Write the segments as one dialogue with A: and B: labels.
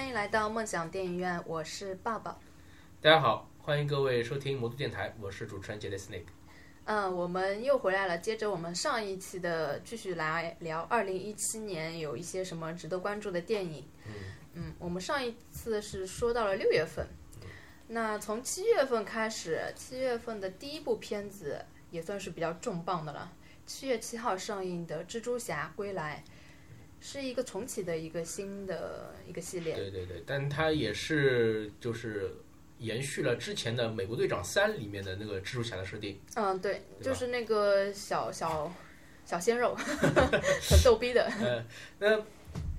A: 迎来到梦想电影院，我是抱抱。
B: 大家好，欢迎各位收听魔都电台，我是主持人杰 e Snake。
A: 嗯，我们又回来了，接着我们上一期的继续来聊二零一七年有一些什么值得关注的电影。嗯我们上一次是说到了六月份，那从七月份开始，七月份的第一部片子也算是比较重磅的了。七月七号上映的《蜘蛛侠归来》是一个重启的一个新的一个系列。
B: 对对对，但它也是就是延续了之前的《美国队长三》里面的那个蜘蛛侠的设定。
A: 嗯，对，
B: 对
A: 就
B: 吧
A: 是那个小小小鲜肉， 很逗逼的。
B: 那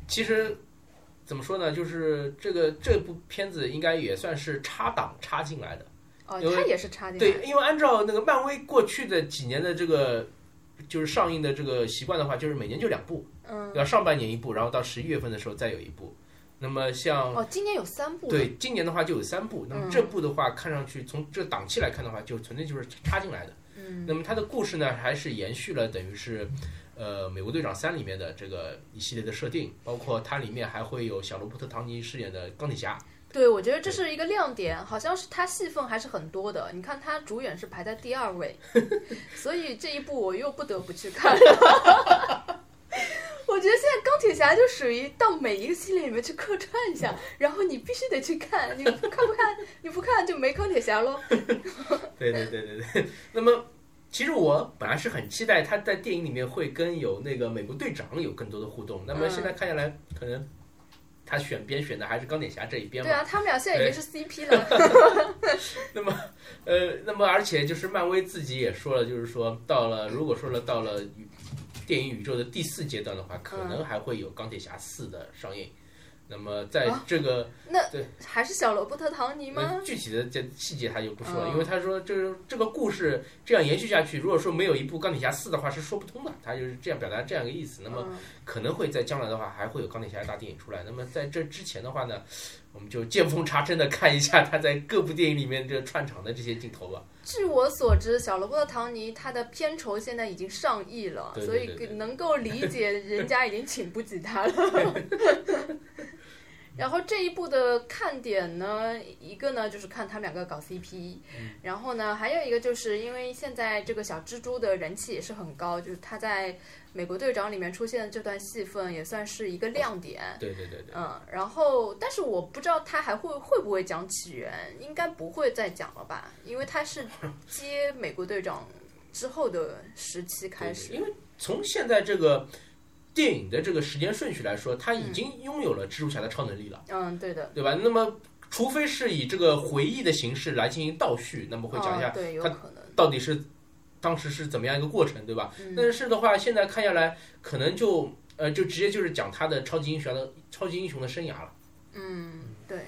B: 其实怎么说呢，就是这个这部片子应该也算是插档插进来的。
A: 哦，
B: 因为
A: 他也是插进来
B: 对，因为按照那个漫威过去的几年的这个就是上映的这个习惯的话，就是每年就两部，
A: 嗯，
B: 对吧？上半年一部，然后到十一月份的时候再有一部。那么像
A: 哦，今年有三部。，
B: 对，今年的话就有三部，那么
A: 嗯
B: 这部的话，看上去从这档期来看的话，就纯粹就是插进来的。
A: 嗯，
B: 那么它的故事呢，还是延续了等于是，呃，《美国队长三》里面的这个一系列的设定，包括它里面还会有小罗伯特·唐尼饰演的钢铁侠。
A: 对，我觉得这是一个亮点，好像是他戏份还是很多的。你看他主演是排在第二 位，所以这一部我又不得不去看了。 我觉得现在钢铁侠就属于到每一个系列里面去客串一
B: 嗯
A: 下，然后你必须得去看，你不看不看，你不看就没钢铁侠喽。
B: 对对对对对。 那么其实我本来是很期待他在电影里面会跟有那个美国队长有更多的互动，那
A: 嗯
B: 么现在看下来，可能他选边选的还是钢铁侠这一边嘛
A: 对。啊，他们俩现在已经是 CP 了。
B: 呃，那么而且就是漫威自己也说了，就是说到了如果说了到了宇电影宇宙的第四阶段的话，可
A: 嗯
B: 能还会有钢铁侠四的上映。那么在
A: 啊
B: 这个、
A: 还是小罗伯特·唐尼
B: 呃
A: 吗？
B: 具体的这细节他就不说了，
A: 嗯
B: 因为他说就是这个故事这样延续下去，如果说没有一部钢铁侠四的话是说不通的，他就是这样表达这样一个意思。那么
A: 嗯
B: 可能会在将来的话还会有钢铁侠大电影出来。那么在这之前的话呢，我们就见缝插针的看一下他在各部电影里面这串场的这些镜头吧。
A: 据我所知，小罗伯特·唐尼他的片酬现在已经上亿了，
B: 对对对
A: 所
B: 对
A: 以能够理解人家已经请不起他了。 然后这一部的看点呢，一个呢就是看他们两个搞 CP，、然
B: 嗯
A: 后呢还有一个就是因为现在这个小蜘蛛的人气也是很高，就是他在《美国队长》里面出现的这段戏份也算是一个亮点。
B: 对对对对。
A: 嗯，然后，但是我不知道他还会会不会讲起源，应该不会再讲了吧？因为他 是接美国队长之后的时期开
B: 对
A: 始。
B: 因为从现在这个电影的这个时间顺序来说，他已经拥有了蜘蛛侠的超能力了，
A: 嗯，对的。
B: 对吧？那么，除非是以这个回忆的形式来进行倒叙，那么会讲一
A: 哦
B: 下
A: 对，有
B: 他
A: 可能。
B: 到底是当时是怎么样一个过程，对吧？
A: 嗯
B: 但是的话，现在看下来，可能就呃，就直接就是讲他的超级英雄的超级英雄的生涯了。
A: 嗯，对。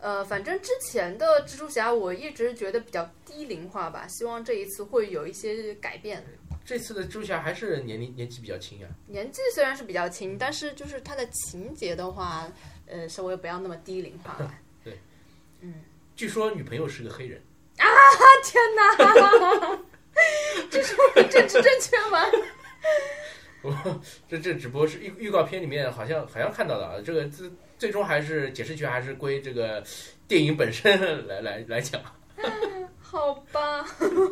A: 呃，反正之前的蜘蛛侠我一直觉得比较低龄化吧，希望这一次会有一些改变。
B: 这次的蜘蛛侠还是年龄年纪比较轻啊，
A: 年纪虽然是比较轻，但是就是他的情节的话，呃，稍微不要那么低龄 化啊吧。
B: 据说女朋友是个黑人，
A: 天哪， 这是政治正确吗？
B: 这这只不过是预预告片里面好像好像看到的啊，这个最最终还是解释权还是归这个电影本身 来来来讲。啊
A: 好吧。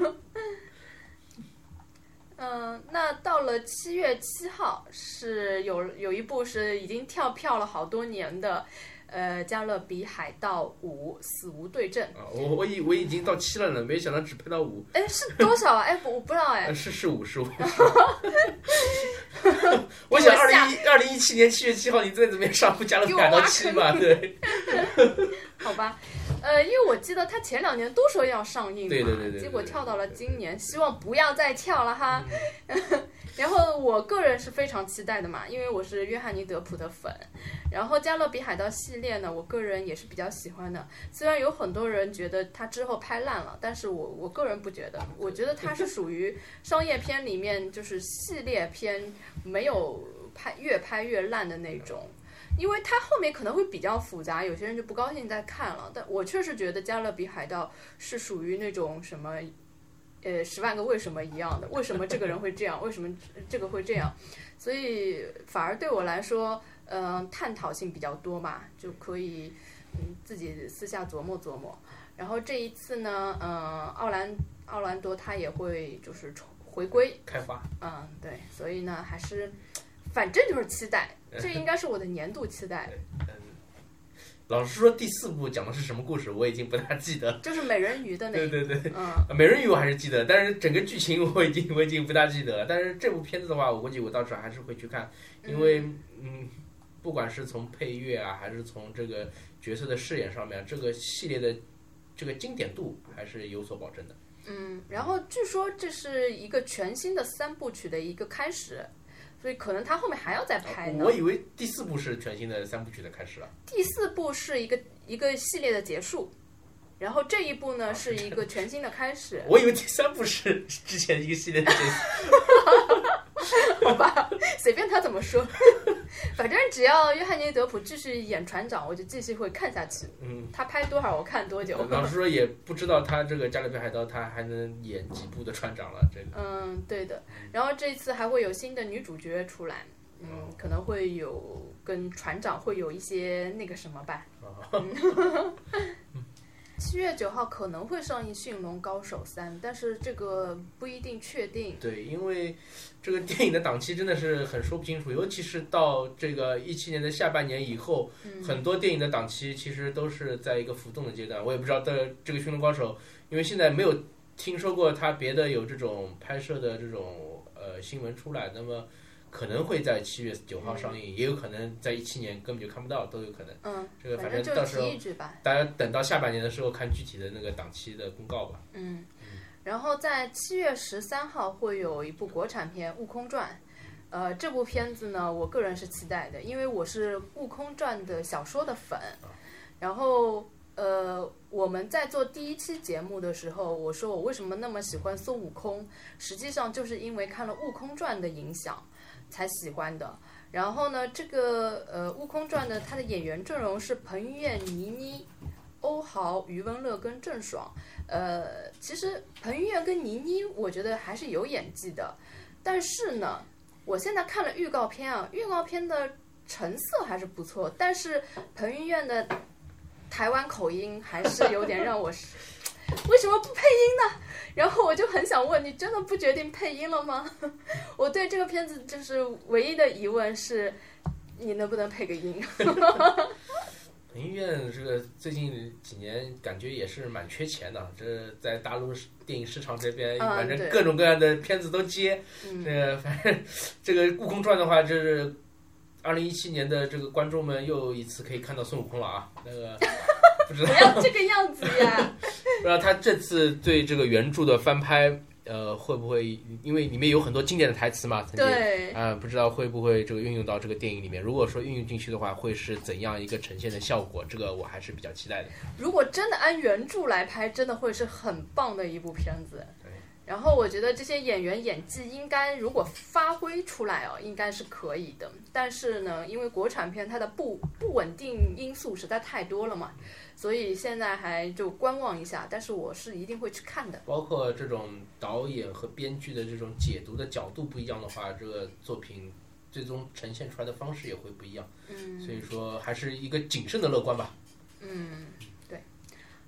A: 嗯，那到了七月七号，是有有一部是已经跳票了好多年的，呃，《加勒比海盗五：死无对证
B: 啊，我我以我已经到七了呢，没想到只拍到五》，。
A: 哎，是多少啊？哎，不我不知道哎
B: 呃，。是是五是五。 我想
A: 给我
B: 二
A: 吓
B: 零一二零一七年七月七号，你再怎么样上不加勒比
A: 给我
B: 海盗
A: 挖
B: 七
A: 坑
B: 嘛？对
A: 好吧，呃，因为我记得他前两年都说要上映嘛，
B: 对对对对对
A: 结果跳到了今
B: 对对对
A: 年，
B: 对嗯
A: 希望不要再跳了哈。 然后我个人是非常期待的嘛，因为我是约翰尼·德普的粉。然后《加勒比海盗》系列呢，我个人也是比较喜欢的。虽然有很多人觉得他之后拍烂了，但是我我个人不觉得，我觉得它是属于商业片里面就是系列片没有拍越拍越烂的那种。因为它后面可能会比较复杂，有些人就不高兴再看了。但我确实觉得《加勒比海盗》是属于那种什么，呃，《十万个为什么》一样的，为什么这个人会这样，为什么这个会这样，所以反而对我来说，呃探讨性比较多吧，就可以嗯自己私下琢磨琢磨。然后这一次呢，呃，奥兰奥兰多他也会就是重回归，
B: 开花，
A: 嗯，对，所以呢，还是反正就是期 待，这应该是我的年度期待，
B: 嗯老实说，第四部讲的是什么故事，我已经不大记得了。
A: 就是美人鱼的那
B: 对
A: 一
B: 对对，
A: 嗯，
B: 美人鱼我还是记得，但是整个剧情我已经 我已经不大记得了。但是这部片子的话，我估计我到时候还是会去看，因为嗯，不管是从配乐啊，还是从这个角色的饰演上面，这个系列的这个经典度还是有所保证的。
A: 嗯，然后据说这是一个全新的三部曲的一个开始，所以可能他后面还要再拍呢
B: 啊我。以为第四部是全新的三部曲的开始啊，，
A: 第四部是一个一个系列的结束，然后这一部呢是一个全新的开始
B: 我以为第三部是之 前一个系列的结束。
A: 好吧，随便他怎么说， 反正只要约翰尼·德普继续演船长，我就继续会看下去。
B: 嗯，
A: 他拍多少我看多久。
B: 老实说也不知道他这个《加勒比海盗》他还能演几部的船长了，这个
A: 嗯，对的。然后这次还会有新的女主角出来，嗯
B: 哦，
A: 可能会有跟船长会有一些那个什么吧。
B: 哦
A: 嗯 七月九号可能会上映《驯龙高手三》，但是这个不一定确定。
B: 对，因为这个电影的档期真的是很说不清楚，尤其是到这个一七年的下半年以后，
A: 嗯
B: 很多电影的档期其实都是在一个浮动的阶段。我也不知道的这个《驯龙高手》，因为现在没有听说过他别的有这种拍摄的这种呃新闻出来，那么可能会在七月九号上映，也有可能在一七年根本就看不到，都有可能。
A: 嗯，
B: 这个
A: 反
B: 反
A: 正
B: 正
A: 就
B: 到
A: 是
B: 时候
A: 提一句吧。
B: 大家等到下半年的时候看具体的那个档期的公告吧。
A: 嗯，然后在七月十三号会有一部国产片《悟空传》，呃，这部片子呢，我个人是期待的，因为我是《悟空传》的小说的粉。然后，呃，我们在做第一期节目的时候，我说我为什么那么喜欢孙悟空，实际上就是因为看了《悟空传》的影响才喜欢的。然后呢，这个呃，《悟空传》呢，它的演员阵容是彭于晏、倪妮、欧豪、余文乐跟郑爽。呃，其实彭于晏跟倪妮，我觉得还是有演技的，但是呢，我现在看了预告片啊，预告片的成色还是不错，但是彭于晏的台湾口音还是有点让我 是为什么不配音呢？ 然后我就很想问，你真的不决定配音了吗？我对这个片子就是唯一的疑问是， 你能不能配个音？
B: 彭于晏这个最近几年感觉也是蛮缺钱的，啊这在大陆市电影市场这边，
A: 啊
B: 反正
A: 对
B: 各种各样的片子都接。
A: 嗯
B: 这个反正这个《悟空传》的话，这是二零一七年的这个观众们又一次可以看到孙悟空了啊！那个不知
A: 不
B: 道
A: 要这个样子呀！
B: 不知道他这次对这个原著的翻拍，呃，会不会因为里面有很多经典的台词嘛？曾经
A: 对，
B: 啊、不知道会不会这个运用到这个电影里面。如果说运用进去的话，会是怎样一个呈现的效果？这个我还是比较期待的。
A: 如果真的按原著来拍，真的会是很棒的一部片子
B: 对。
A: 然后我觉得这些演员演技应该如果发挥出来哦，应该是可以的。但是呢，因为国产片它的不不稳定因素实在太多了嘛，所以现在还就观望一下。但是我是一定会去看的。
B: 包括这种导演和编剧的这种解读的角度不一样的话，这个作品最终呈现出来的方式也会不一样。
A: 嗯
B: 所以说，还是一个谨慎的乐观吧。
A: 嗯，对。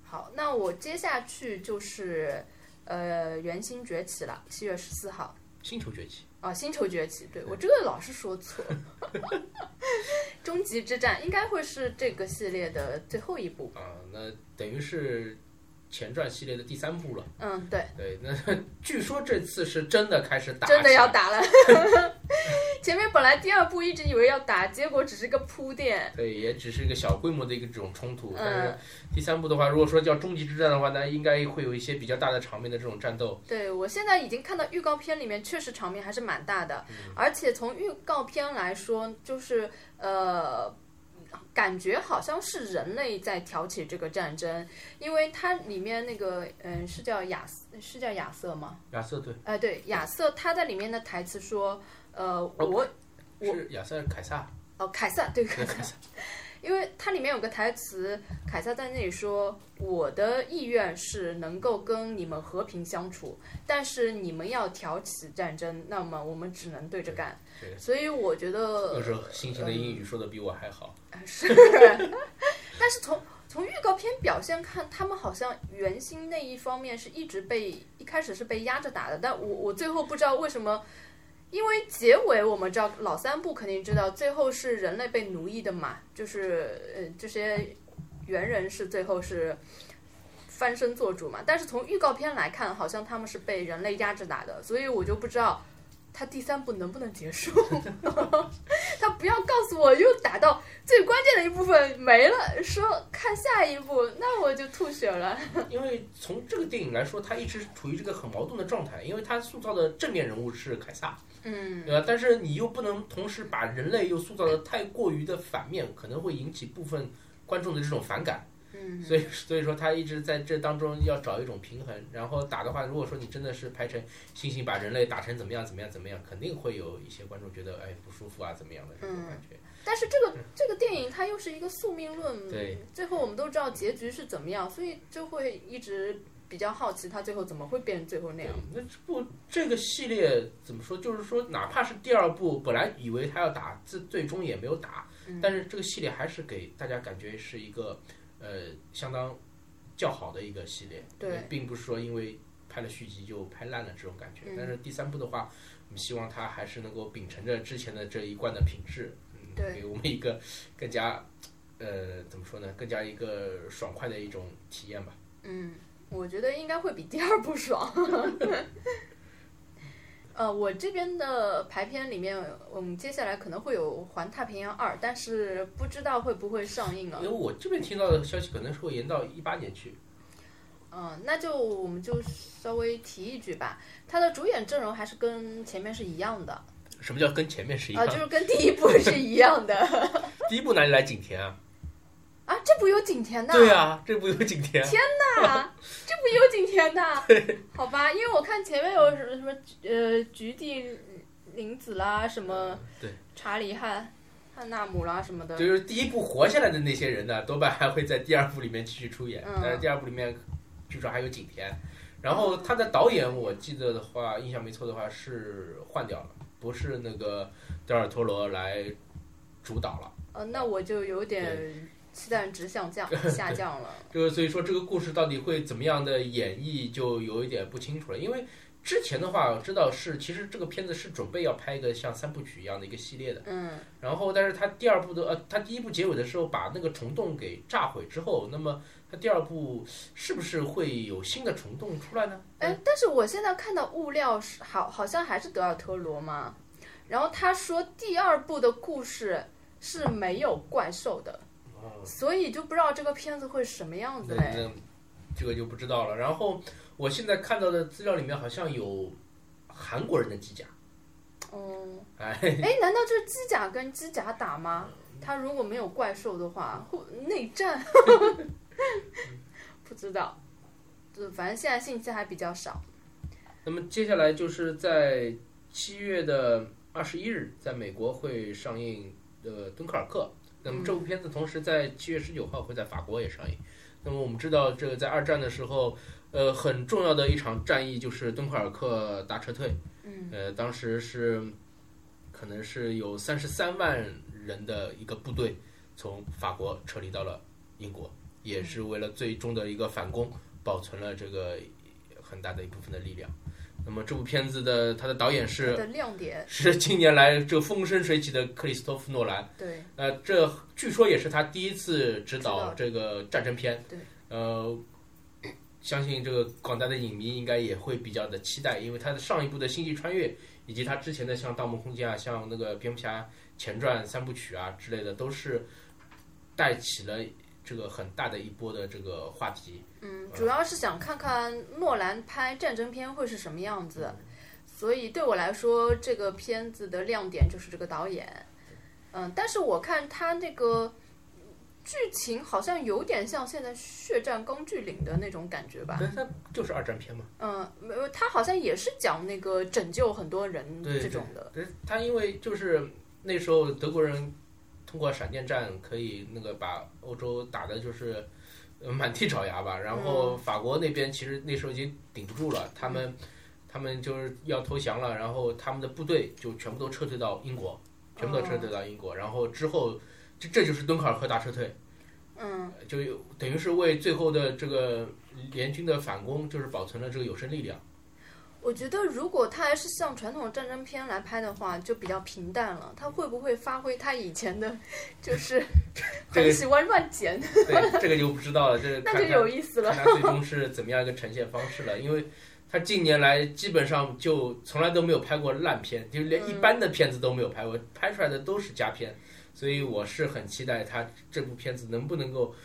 A: 好，那我接下去就是呃《元星崛起》了，七月十四号。
B: 星球崛起，
A: 啊，《星球崛起》对我这个老是说错， 《终极之战》应该会是这个系列的最后一部。
B: 啊、那等于是前传系列的第三部了。
A: 嗯，对，
B: 对， 那据说这次是真的开始打起来，
A: 真的要打了。前面本来第二部一直以为要打，结果只是个铺垫。
B: 对，也只是一个小规模的一个这种冲突。但是
A: 嗯，
B: 第三部的话，如果说叫终极之战的话，那应该会有一些比较大的场面的这种战斗。
A: 对我现在已经看到预告片里面，确实场面还是蛮大的，而且从预告片来说，就是呃。感觉好像是人类在挑起这个战争，因为它里面那个，嗯，是叫亚瑟，是叫亚瑟吗？
B: 亚瑟对，
A: 呃，对，亚瑟他在里面的台词说，呃，我
B: 是亚瑟凯撒，
A: 哦，凯撒对
B: 对
A: 凯撒，
B: 凯撒，
A: 因为它里面有个台词，凯撒在那里说：“我的意愿是能够跟你们和平相处，但是你们要挑起战争，那么我们只能对着干。”
B: 对嗯
A: 所以我觉得
B: 那时候星星的英语说的比我还好，
A: 是，但是从从预告片表现看，他们好像原心那一方面是一直被一开始是被压着打的，但我我最后不知道为什么，因为结尾我们知道老三部肯定知道，最后是人类被奴役的嘛，就是呃这些猿人是最后是。翻身做主嘛，但是从预告片来看，好像他们是被人类压着打的，所以我就不知道他第三部能不能结束。 他不要告诉我又打到最关键的一部分没了，说看下一步，那我就吐血了。
B: 因为从这个电影来说，他一直处于这个很矛盾的状态，因为他塑造的正面人物是凯撒，
A: 嗯，
B: 对吧？但是你又不能同时把人类又塑造的太过于的反面，可能会引起部分观众的这种反感。
A: 嗯，
B: 所以所以说他一直在这当中要找一种平衡，然后打的话，如果说你真的是拍成猩猩把人类打成怎么样怎么样怎么样，肯定会有一些观众觉得哎不舒服啊怎么样的这种感觉。
A: 但是这个这个电影它又是一个宿命论，
B: 对，
A: 最后我们都知道结局是怎么样，所以就会一直比较好奇它最后怎么会变成最后那
B: 对
A: 样。，
B: 那这部这个系列怎么说？就是说，哪怕是第二部，本来以为他要打，最最终也没有打，
A: 嗯
B: 但是这个系列还是给大家感觉是一个呃相当较好的一个系列，
A: 对
B: 呃并不是说因为拍了续集就拍烂了这种感觉。
A: 嗯
B: 但是第三部的话，我们希望它还是能够秉承着之前的这一贯的品质，嗯，
A: 对
B: 给我们一个 更加呃怎么说呢，更加一个爽快的一种体验吧。
A: 嗯，我觉得应该会比第二部爽。呃，我这边的排片里面，嗯，接下来可能会有《环太平洋二》，但是不知道会不会上映啊
B: 因为。我这边听到的消息可能是会延到一八年去。
A: 嗯，那就我们就稍微提一句吧，它的主演阵容还是跟前面是一样的，啊、呃
B: 什么叫跟前面是一样？
A: 啊就是跟第一部是一样 的
B: 第一部哪里来景甜啊？
A: 啊，这部有景甜的，
B: 对啊，这部有景甜啊。
A: 啊，这部有景甜的，好吧，因为我看前面有什么什么呃菊地凛子啦，什么
B: 嗯对，
A: 查理汉汉纳姆啦什么的，
B: 就是第一部活下来的那些人呢，多半还会在第二部里面继续出演，
A: 嗯
B: 但是第二部里面据说还有景甜。然后他的导演，我记得的话，印象没错的话是换掉了，不是那个德尔托罗来主导了。
A: 呃，那我就有点期待值下 降下降了，
B: 这个所以说这个故事到底会怎么样的演绎，就有一点不清楚了。因为之前的话，我知道是其实这个片子是准备要拍一个像三部曲一样的一个系列的。
A: 嗯
B: 然后，但是他第二部的呃，他第一部结尾的时候把那个虫洞给炸毁之后，那么他第二部是不是会有新的虫洞出来呢？
A: 哎，但是我现在看到物料是好，好像还是德尔特罗嘛。然后他说第二部的故事是没有怪兽的，
B: 哦，
A: 所以就不知道这个片子会什么样子
B: 那
A: 嘞。
B: 那这个就不知道了。然后我现在看到的资料里面好像有韩国人的机甲，
A: 哦，
B: 哎，
A: 哎，难道就是机甲跟机甲打吗？他如果没有怪兽的话，会内战？ 不知道，就反正现在信息还比较少。
B: 那么接下来就是在七月的二十一日，在美国会上映呃《敦刻尔克》。那么这部片子同时在七月十九号会在法国也上映。那么我们知道，这个在二战的时候，呃，很重要的一场战役就是敦刻尔克大撤退。
A: 嗯，
B: 呃，当时是可能是有三十三万人的一个部队从法国撤离到了英国，也是为了最终的一个反攻，保存了这个很大的一部分的力量。那么这部片子的它的导演
A: 它
B: 是
A: 的亮点，
B: 是近年来这风生水起的克里斯托夫诺兰。
A: 对，
B: 呃，这据说也是他第一次执导
A: 执导
B: 这个战争片。
A: 对，
B: 呃，相信这个广大的影迷应该也会比较的期待，因为他的上一部的《星际穿越》，以及他之前的像《盗梦空间》啊、像那个《蝙蝠侠前传》三部曲啊之类的，都是带起了这个很大的一波的这个话题。
A: 嗯，主要是想看看诺兰拍战争片会是什么样子，
B: 嗯
A: 所以对我来说，这个片子的亮点就是这个导演。嗯，但是我看他那个剧情好像有点像现在《血战钢锯岭》的那种感觉吧。
B: 但它就是二战片嘛。
A: 嗯，没有，他好像也是讲那个拯救很多人
B: 对
A: 这种的。
B: 但是他因为就是那时候德国人通过闪电战可以那个把欧洲打的就是呃满地找牙吧。然
A: 嗯
B: 后法国那边其实那时候已经顶不住了，他们他们就是要投降了，然后他们的部队就全部都撤退到英国，全部都撤退到英
A: 哦
B: 国。然后之后这这就是敦刻尔克大撤退。
A: 嗯
B: 就有等于是为最后的这个联军的反攻，就是保存了这个有生力量。，
A: 我觉得如果他还是像传统战争片来拍的话，就比较平淡了。他会不会发挥他以前的，就是
B: 这个
A: 很喜欢乱剪，
B: 对，这个就不知道了，这个
A: 那
B: 看
A: 就有
B: 看
A: 意思了。
B: 看他最终是怎么样一个呈现方式了。因为他近年来基本上就从来都没有拍过烂片，就
A: 嗯
B: 连一般的片子都没有拍过，拍出来的都是佳片。所以我是很期待他这部片子能不能够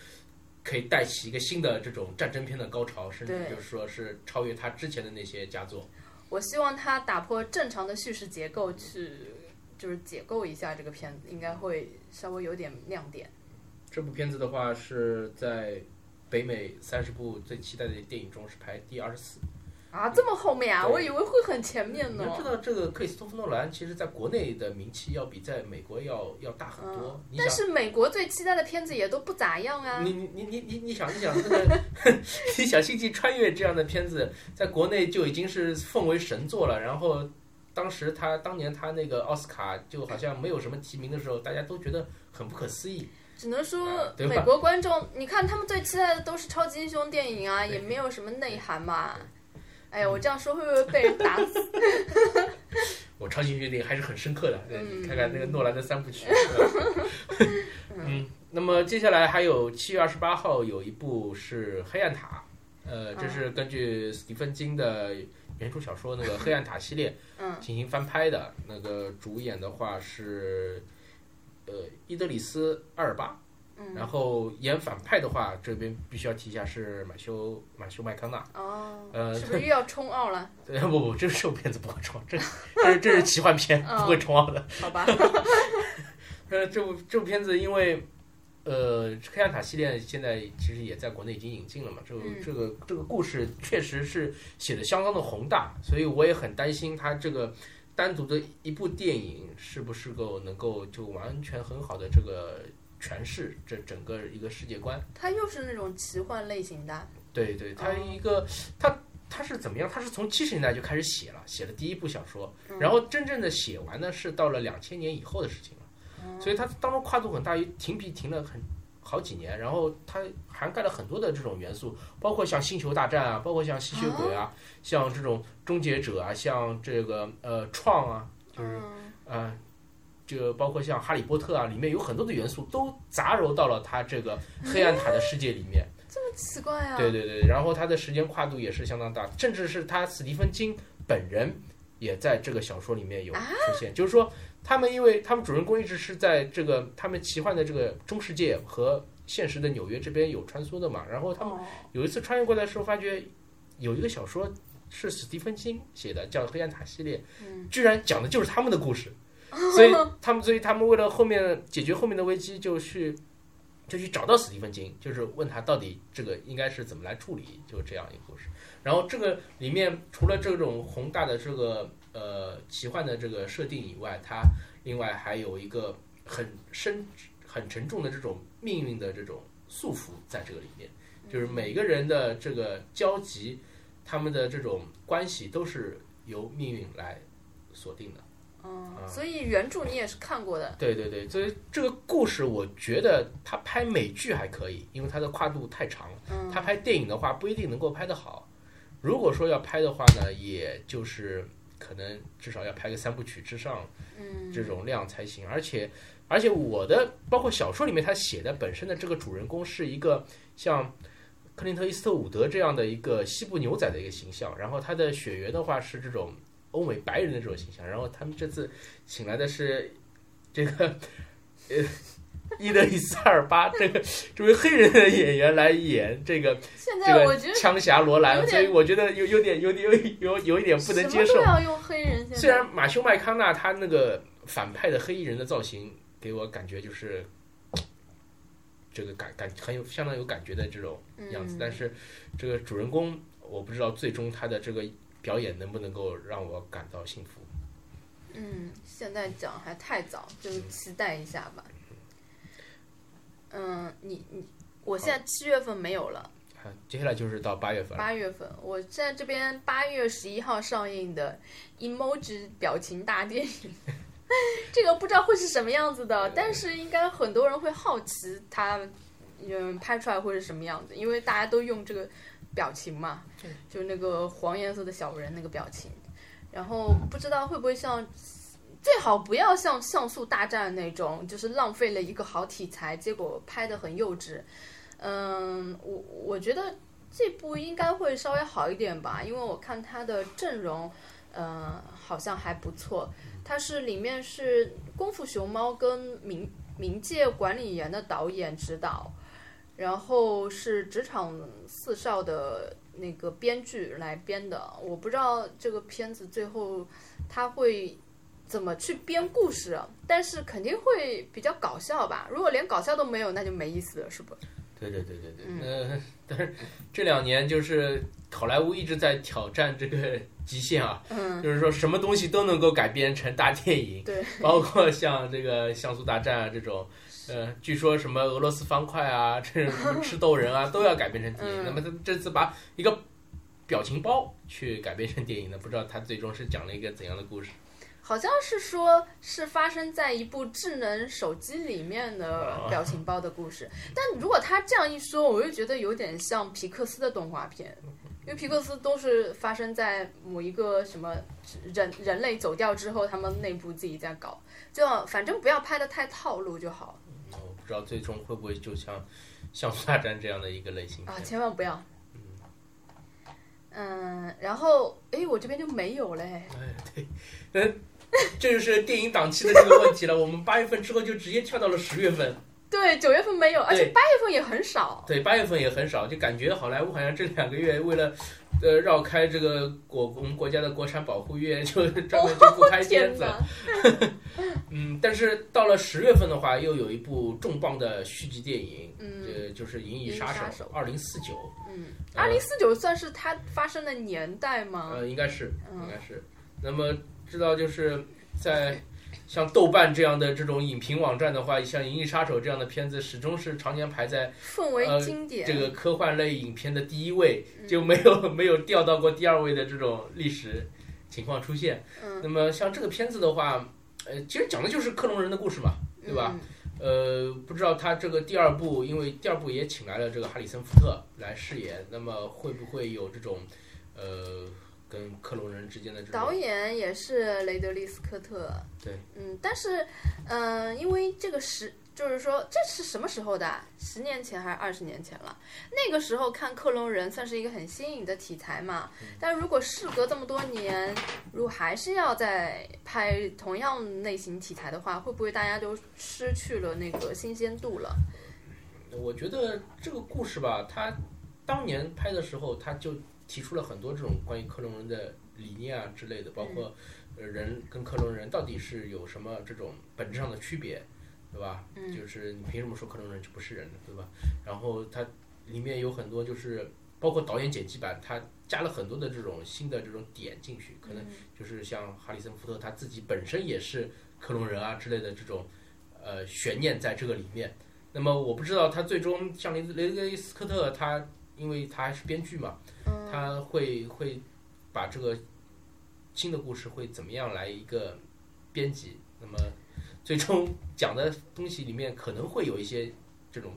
B: 可以带起一个新的这种战争片的高潮，甚至
A: 对
B: 就是说是超越他之前的那些佳作。
A: 我希望他打破正常的叙事结构去，就是解构一下这个片子，应该会稍微有点亮点。
B: 这部片子的话是在北美三十部最期待的电影中是排第二十四。
A: 啊，这么后面啊，
B: 对
A: 我以为会很前面
B: 你
A: 呢嗯
B: 要。知道，这个克里斯托弗诺兰其实在国内的名气要比在美国要要大很多。
A: 嗯
B: 你
A: 但
B: 想，
A: 是美国最期待的片子也都不咋样啊。
B: 你你你你你你想，你想那个， 你想《星际穿越》这样的片子，在国内就已经是奉为神作了。然后，当时他当年他那个奥斯卡就好像没有什么提名的时候，大家都觉得很不可思议。
A: 只能说
B: 啊对吧
A: 美国观众，你看他们最期待的都是超级英雄电影啊，
B: 对
A: 也没有什么内涵嘛。哎呀，我这样说会不会被人打死？
B: 我超级决定还是很深刻的，对，
A: 嗯
B: 你看看那个诺兰的三 部曲。嗯，那么接下来还有七月二十八号有一部是《黑暗塔》，呃，
A: 嗯
B: 这是根据斯蒂芬金的原著小说那个《黑暗塔》系列
A: 嗯
B: 进行翻拍的。那个主演的话是呃伊德里斯·阿尔巴，
A: 嗯
B: 然后演反派的话，这边必须要提一下是马修马修麦康纳，
A: 哦，
B: 呃，
A: 是不是又要冲奥了？
B: 对 不不，这是片子不会冲，这 这是这是奇幻片，
A: 嗯
B: 不会冲奥的。
A: 好吧，
B: 呃，这部这部片子因为呃，《黑暗塔》系列现在其实也在国内已经引进了嘛，这个、
A: 嗯
B: 这个这个故事确实是写的相当的宏大，所以我也很担心它这个单独的一部电影是不是够能够就完全很好的这个诠释这整个一个世界观。
A: 它又是那种奇幻类型的。
B: 对对，它
A: 哦
B: 一个它它是怎么样？它是从七十年代就开始写了，写了第一部小说，
A: 嗯
B: 然后真正的写完呢是到了两千年以后的事情了，所以它当中跨度很大，停笔停了很好几年，然后它涵盖了很多的这种元素，包括像星球大战啊，包括像吸血鬼啊，像这种终结者啊，像这个呃创啊，就是
A: 嗯
B: 呃。这个包括像《哈利波特》啊，里面有很多的元素都杂糅到了它这个黑暗塔的世界里面。
A: 这么奇怪啊。
B: 对对对，然后它的时间跨度也是相当大，甚至是他史蒂芬金本人也在这个小说里面有出现，就是说他们因为他们主人公一直是在这个他们奇幻的这个中世界和现实的纽约这边有穿梭的嘛，然后他们
A: 哦，
B: 有一次穿越过来的时候，发觉有一个小说是史蒂芬金写的，叫《黑暗塔》系列，
A: 嗯
B: 居然讲的就是他们的故事，所以他们，所 以他们为了后面解决后面的危机，就去就去找到史蒂芬金，就是问他到底这个应该是怎么来处理，就这样一个故事。然后这个里面除了这种宏大的这个呃奇幻的这个设定以外，它另外还有一个很深、很沉重的这种命运的这种束缚在这个里面，就是每个人的这个交集，他们的这种关系都是由命运来锁定的。
A: 嗯，所以原著你也是看过的。
B: 对对对，所以这个故事我觉得他拍美剧还可以，因为它的跨度太长了。
A: 嗯
B: 他拍电影的话不一定能够拍得好。如果说要拍的话呢，也就是可能至少要拍个三部曲之上
A: 嗯
B: 这种量才行。而且而且我的包括小说里面他写的本身的这个主人公是一个像克林特·伊斯特伍德这样的一个西部牛仔的一个形象，然后他的血缘的话是这种欧美白人的这种形象，然后他们这次请来的是这个呃。伊德里斯·阿尔巴这个这位黑人的演员来演这个
A: 现
B: 这
A: 在我
B: 个
A: 觉得
B: 枪侠罗
A: 嗯
B: 兰
A: 有，点
B: 所以我觉得有有点有点有有有一点不能接
A: 什
B: 受啊
A: 么都。要用黑人。现
B: 虽
A: 在
B: 然马修麦康纳他那个反派的黑衣人的造型给我感觉就是这个感感很有相当有感觉的这种样子，
A: 嗯
B: 但是这个主人公我不知道最终他的这个表演能不能够让我感到幸福。
A: 嗯，现在讲还太早，就是期待一下吧。嗯，你你，我现在七月份没有了，
B: 啊接下来就是到八月份了。
A: 八月份，我现在这边八月十一号上映的《emoji 表情大电影》，这个不知道会是什么样子的，但是应该很多人会好奇它，嗯，拍出来会是什么样子，因为大家都用这个表情嘛，就那个黄颜色的小人那个表情，然后不知道会不会像。最好不要像《像素大战》那种，就是浪费了一个好题材，结果拍的很幼稚。嗯，我我觉得这部应该会稍微好一点吧，因为我看它的阵容，呃，好像还不错。它是里面是《功夫熊猫》跟《冥冥界管理员》的导演指导，然后是《职场四少》的那个编剧来编的。我不知道这个片子最后他会怎么去编故事，啊但是肯定会比较搞笑吧。如果连搞笑都没有，那就没意思了，是不？
B: 对对对对对，嗯、呃， 但是这两年就是好莱坞一直在挑战这个极限啊，
A: 嗯，
B: 就是说什么东西都能够改编成大电影，
A: 对，
B: 包括像这个《像素大战》啊这种，呃，据说什么俄罗斯方块啊， 这种什么吃豆 人啊，都要改编成电
A: 嗯
B: 影。那么他这次把一个表情包去改编成电影呢，不知道他最终是讲了一个怎样的故事？
A: 好像是说，是发生在一部智能手机里面的
B: 哦
A: 表情包的故事。但如果他这样一说，我就觉得有点像皮克斯的动画片，因为皮克斯都是发生在某一个什么人人类走掉之后，他们内部自己在搞，就反正不要拍的太套路就好
B: 嗯我不知道最终会不会就像《像素大战》这样的一个类型
A: 啊，
B: 片。
A: 千万不要。
B: 嗯
A: 嗯，然后诶，我这边就没有嘞。
B: 哎，对，那这就是电影档期的这个问题了。我们八月份之后就直接跳到了十月份，
A: 对，九月份没有，而且
B: 对
A: 八月份也很少。
B: 对，八月份也很少，就感觉好莱坞好像这两个月为了。呃，绕开这个国我们国家的国产保护月，就专门就不 拍片
A: 天
B: 子了。
A: 哪！
B: 嗯，但是到了十月份的话，又有一部重磅的续集电影，
A: 嗯
B: 呃，就是《银
A: 银
B: 翼
A: 翼
B: 杀
A: 杀
B: 手
A: 手
B: 二零四九》。
A: 嗯，
B: 呃
A: 二零四九算是它发生的年代吗？
B: 呃，应该是，应
A: 嗯
B: 该是。那么知道就是在像豆瓣这样的这种影评网站的话，像《银翼杀手》这样的片子，始终是常年排在
A: 氛围经典。
B: 呃这个科幻类影片的第一位，
A: 嗯
B: 就没有 没有掉到过第二位的这种历史情况出现。
A: 嗯，
B: 那么像这个片子的话，呃，其实讲的就是克隆人的故事嘛。
A: 嗯
B: 对吧呃，不知道他这个第二部，因为第二部也请来了这个哈里森福特来饰演，那么会不会有这种，呃，跟克隆人之间的这
A: 嗯？
B: 种
A: 导演也是雷德利·斯科特。
B: 对。
A: 嗯，但是，嗯、因为这个十，就是说这是什么时候的啊、十年前还是二十年前了？那个时候看克隆人算是一个很新颖的题材嘛。
B: 嗯
A: 但如果事隔这么多年，如果还是要再拍同样类型题材的话，会不会大家都失去了那个新鲜度了？
B: 我觉得这个故事吧，他当年拍的时候，他就提出了很多这种关于克隆人的理念啊之类的，包括呃人跟克隆人到底是有什么这种本质上的区别，对吧？
A: 嗯
B: 就是你凭什么说克隆人就不是人呢，对吧？然后它里面有很多就是包括导演剪辑版，它加了很多的这种新的这种点进去，可能就是像哈里森福特他自己本身也是克隆人啊之类的这种呃悬念在这个里面。那么我不知道他最终像雷雷德利斯科特他，因为他还是编剧嘛，
A: 嗯
B: 他会会把这个新的故事会怎么样来一个编辑？那么最终讲的东西里面可能会有一些这种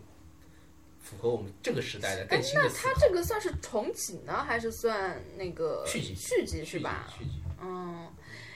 B: 符合我们这个时代的更新的思
A: 它
B: 考。
A: 这个算是重启呢，还是算那个
B: 续集
A: 续集
B: 续
A: 是
B: 集
A: 吧？
B: 续集
A: 嗯，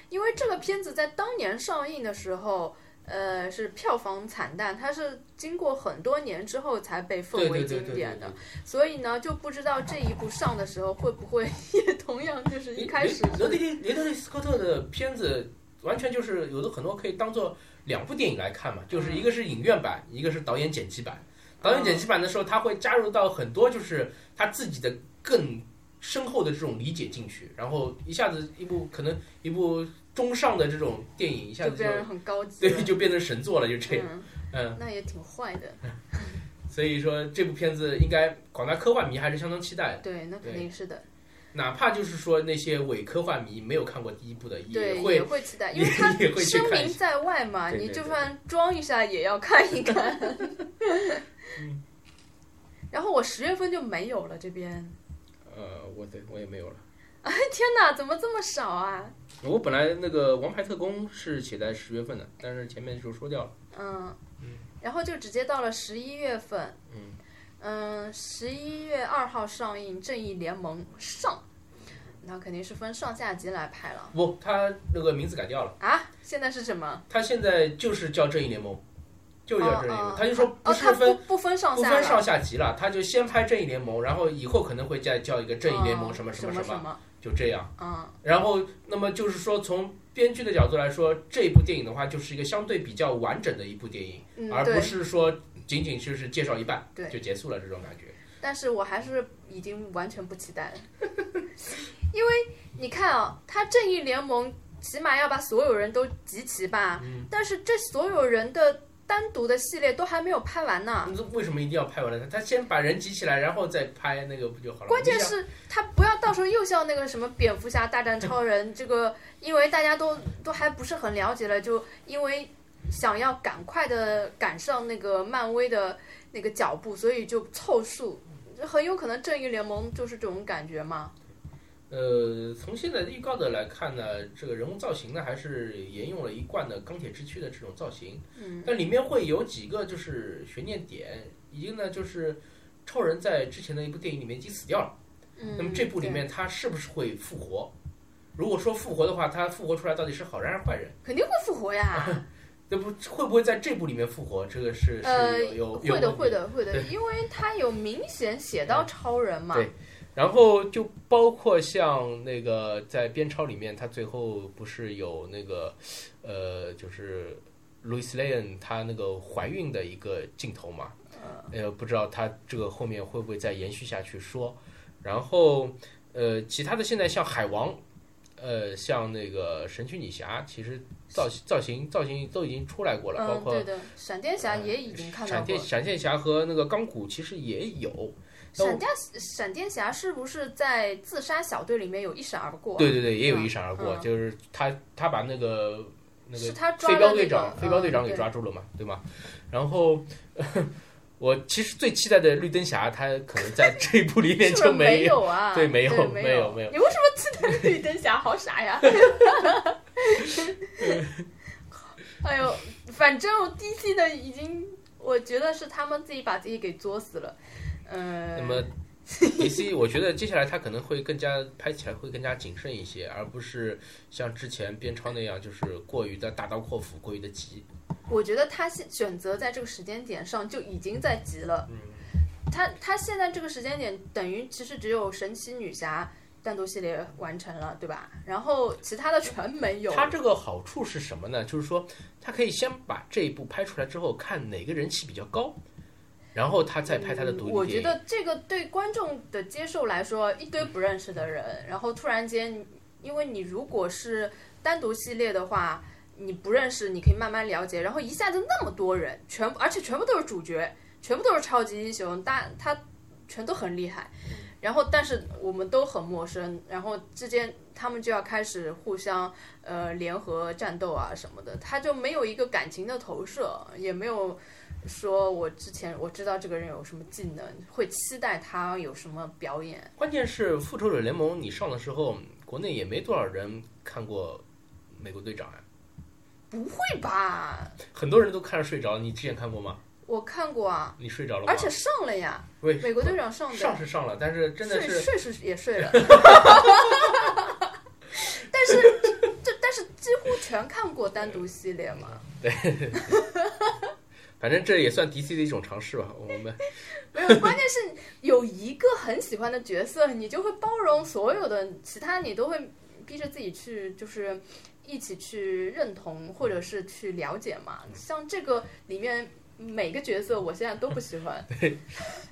A: 因为这个片子在当年上映的时候，呃，是票房惨淡，它是经过很多年之后才被
B: 对
A: 奉
B: 对
A: 为
B: 对对
A: 经
B: 对
A: 典
B: 对
A: 的，所以呢，就不知道这一部上的时候会不会也同样就是一开始
B: 雷雷德利雷德利斯科特的片子完全就是有的很多可以当做两部电影来看嘛，
A: 嗯
B: 就是一个是影院版，一个是导演剪辑版。导演剪辑版的时候，他会加入到很多就是他自己的更深厚的这种理解进去，然后一下子一部可能一部中上的这种电影，一下
A: 就
B: 子就
A: 变得很高级了
B: 对，就变成神作了，就这样。
A: 嗯，
B: 嗯，
A: 那也挺坏的，
B: 所以说这部片子应该广大科幻迷还是相当期待的。
A: 对，那肯定是的。
B: 哪怕就是说那些伪科幻迷没有看过第一部的，也
A: 对，
B: 会
A: 也会期待，因 为它
B: 也也会去
A: 声
B: 看一
A: 名在外嘛，
B: 对
A: 你
B: 对
A: 就
B: 对
A: 算装一下也要看一看。 然后我十月份就没有了这边，
B: 呃，我对我也没有了。
A: 哎天哪，怎么这么少啊？
B: 我本来那个《王牌特工》是写在十月份的，但是前面就说掉了。
A: 嗯
B: 嗯，
A: 然后就直接到了十一月份，
B: 嗯，
A: 嗯，十一月二号上映《正义联盟》上，那肯定是分上下集来拍了
B: 不，他那个名字改掉了，
A: 啊。现在是什么？
B: 他现在就是叫《正义联盟》，就是叫《正义联盟》
A: 哦
B: 他就说
A: 哦，
B: 不
A: 它
B: 是分、
A: 不不分上
B: 不
A: 下
B: 分
A: 了
B: 上下级了，他就先拍《正义联盟》，然后以后可能会再叫一个《正义联盟》
A: 哦
B: 什么什
A: 么
B: 么
A: 什
B: 么，
A: 么，
B: 就这样。
A: 嗯
B: 然后，那么就是说，从编剧的角度来说，这部电影的话，就是一个相对比较完整的一部电影，
A: 嗯，
B: 而
A: 对
B: 不是说仅仅就是介绍一半
A: 对
B: 就结束了这种感觉。
A: 但是我还是已经完全不期待了，因为你看啊、他正义联盟起码要把所有人都集齐吧，但是这所有人的单独的系列都还没有拍完呢。
B: 你说为什么一定要拍完了？他先把人集起来，然后再拍那个不就好了？
A: 关键
B: 你想
A: 是，他不要到时候又像那个什么蝙蝠侠大战超人这个，因为大家都都还不是很了解了，就因为想要赶快的赶上那个漫威的那个脚步，所以就凑数，很有可能正义联盟就是这种感觉嘛。
B: 呃，从现在的预告的来看呢，这个人物造型呢还是沿用了一贯的钢铁之躯的这种造型，
A: 嗯，
B: 但里面会有几个就是悬念点，一个呢就是超人在之前的一部电影里面已经死掉了，
A: 嗯，
B: 那么这部里面他是不是会复活？如果说复活的话，他复活出来到底是好人还是坏人？
A: 对肯定会复活呀，
B: 那不会不会在这部里面复活？这个是
A: 呃
B: 是有有 有
A: 会的，会的，
B: 问题
A: 会的，
B: 对嗯
A: 因为他有明显写到超人嘛，
B: 对然后就包括像那个在边超里面，他最后不是有那个呃，就是 Louis Lane 她那个怀孕的一个镜头嘛？
A: 嗯
B: 呃，不知道他这个后面会不会再延续下去说。然后呃，其他的现在像海王，呃，像那个神奇女侠，其实造型造型造型都已经出来过了，包
A: 嗯，
B: 括呃
A: 对的，闪电侠也已经看到
B: 啊闪
A: 过
B: 电，闪电侠和那个钢骨其实也有。但我
A: 闪电闪电侠是不是在自杀小队里面有一闪而过？啊
B: 对对对，也有一闪而过，
A: 嗯
B: 就是他他把那个那
A: 是
B: 个
A: 他抓的
B: 飞镖
A: 那
B: 队
A: 个
B: 长、飞镖队长给。抓
A: 嗯
B: 住了嘛，对吗？然后 我其实最期待的绿灯侠，他可能在这一部里
A: 对
B: 面
A: 是不是
B: 就
A: 没
B: 有。
A: 有啊？
B: 对没有
A: 对
B: 没
A: 没
B: 有没有
A: 你为什么记得绿灯侠？好傻呀！ 哎呦，反正 DC 的已经，我觉得是他们自己把自己给作死了。呃，
B: 那么 DC，我觉得接下来他可能会更加拍起来会更加谨慎一些，而不是像之前边超那样，就是过于的大刀阔斧、过于的急。
A: 我觉得他现选择在这个时间点上就已经在急了。
B: 嗯，
A: 他他现在这个时间点等于其实只有神奇女侠单独系列完成了，对吧？然后其他的全没有。
B: 它这个好处是什么呢？就是说，它可以先把这一部拍出来之后，看哪个人气比较高，然后他再拍他的独
A: 嗯我
B: 立
A: 觉
B: 电影。嗯
A: 得这个对观众的接受来说，一堆不认识的人，然后突然间，因为你如果是单独系列的话，你不认识，你可以慢慢了解，然后一下子那么多人，全部而且全部都是主角，全部都是超级英雄，大他全都很厉害。
B: 嗯
A: 然后，但是我们都很陌生，然后之间他们就要开始互相呃联合战斗啊什么的，他就没有一个感情的投射，也没有说我之前我知道这个人有什么技能，会期待他有什么表演。
B: 关键是《复仇者联盟》你上的时候，国内也没多少人看过《美国队长》啊，
A: 会吧？
B: 很多人都看着睡着。你之前看过吗？
A: 我看过啊，
B: 你睡着了吗？
A: 而且上了呀，
B: 喂，
A: 美国队长上的，
B: 上是上了，但是真的
A: 睡
B: 是
A: 睡是也 睡了， 但是这但是几乎全看过单独系列嘛。
B: 反正这也算 DC 的一种尝试吧。我们
A: 没有，关键是有一个很喜欢的角色，你就会包容所有的，其他你都会逼着自己去，就是一起去认同或者是去了解嘛。
B: 嗯
A: 像这个里面每个角色，我现在都不喜欢。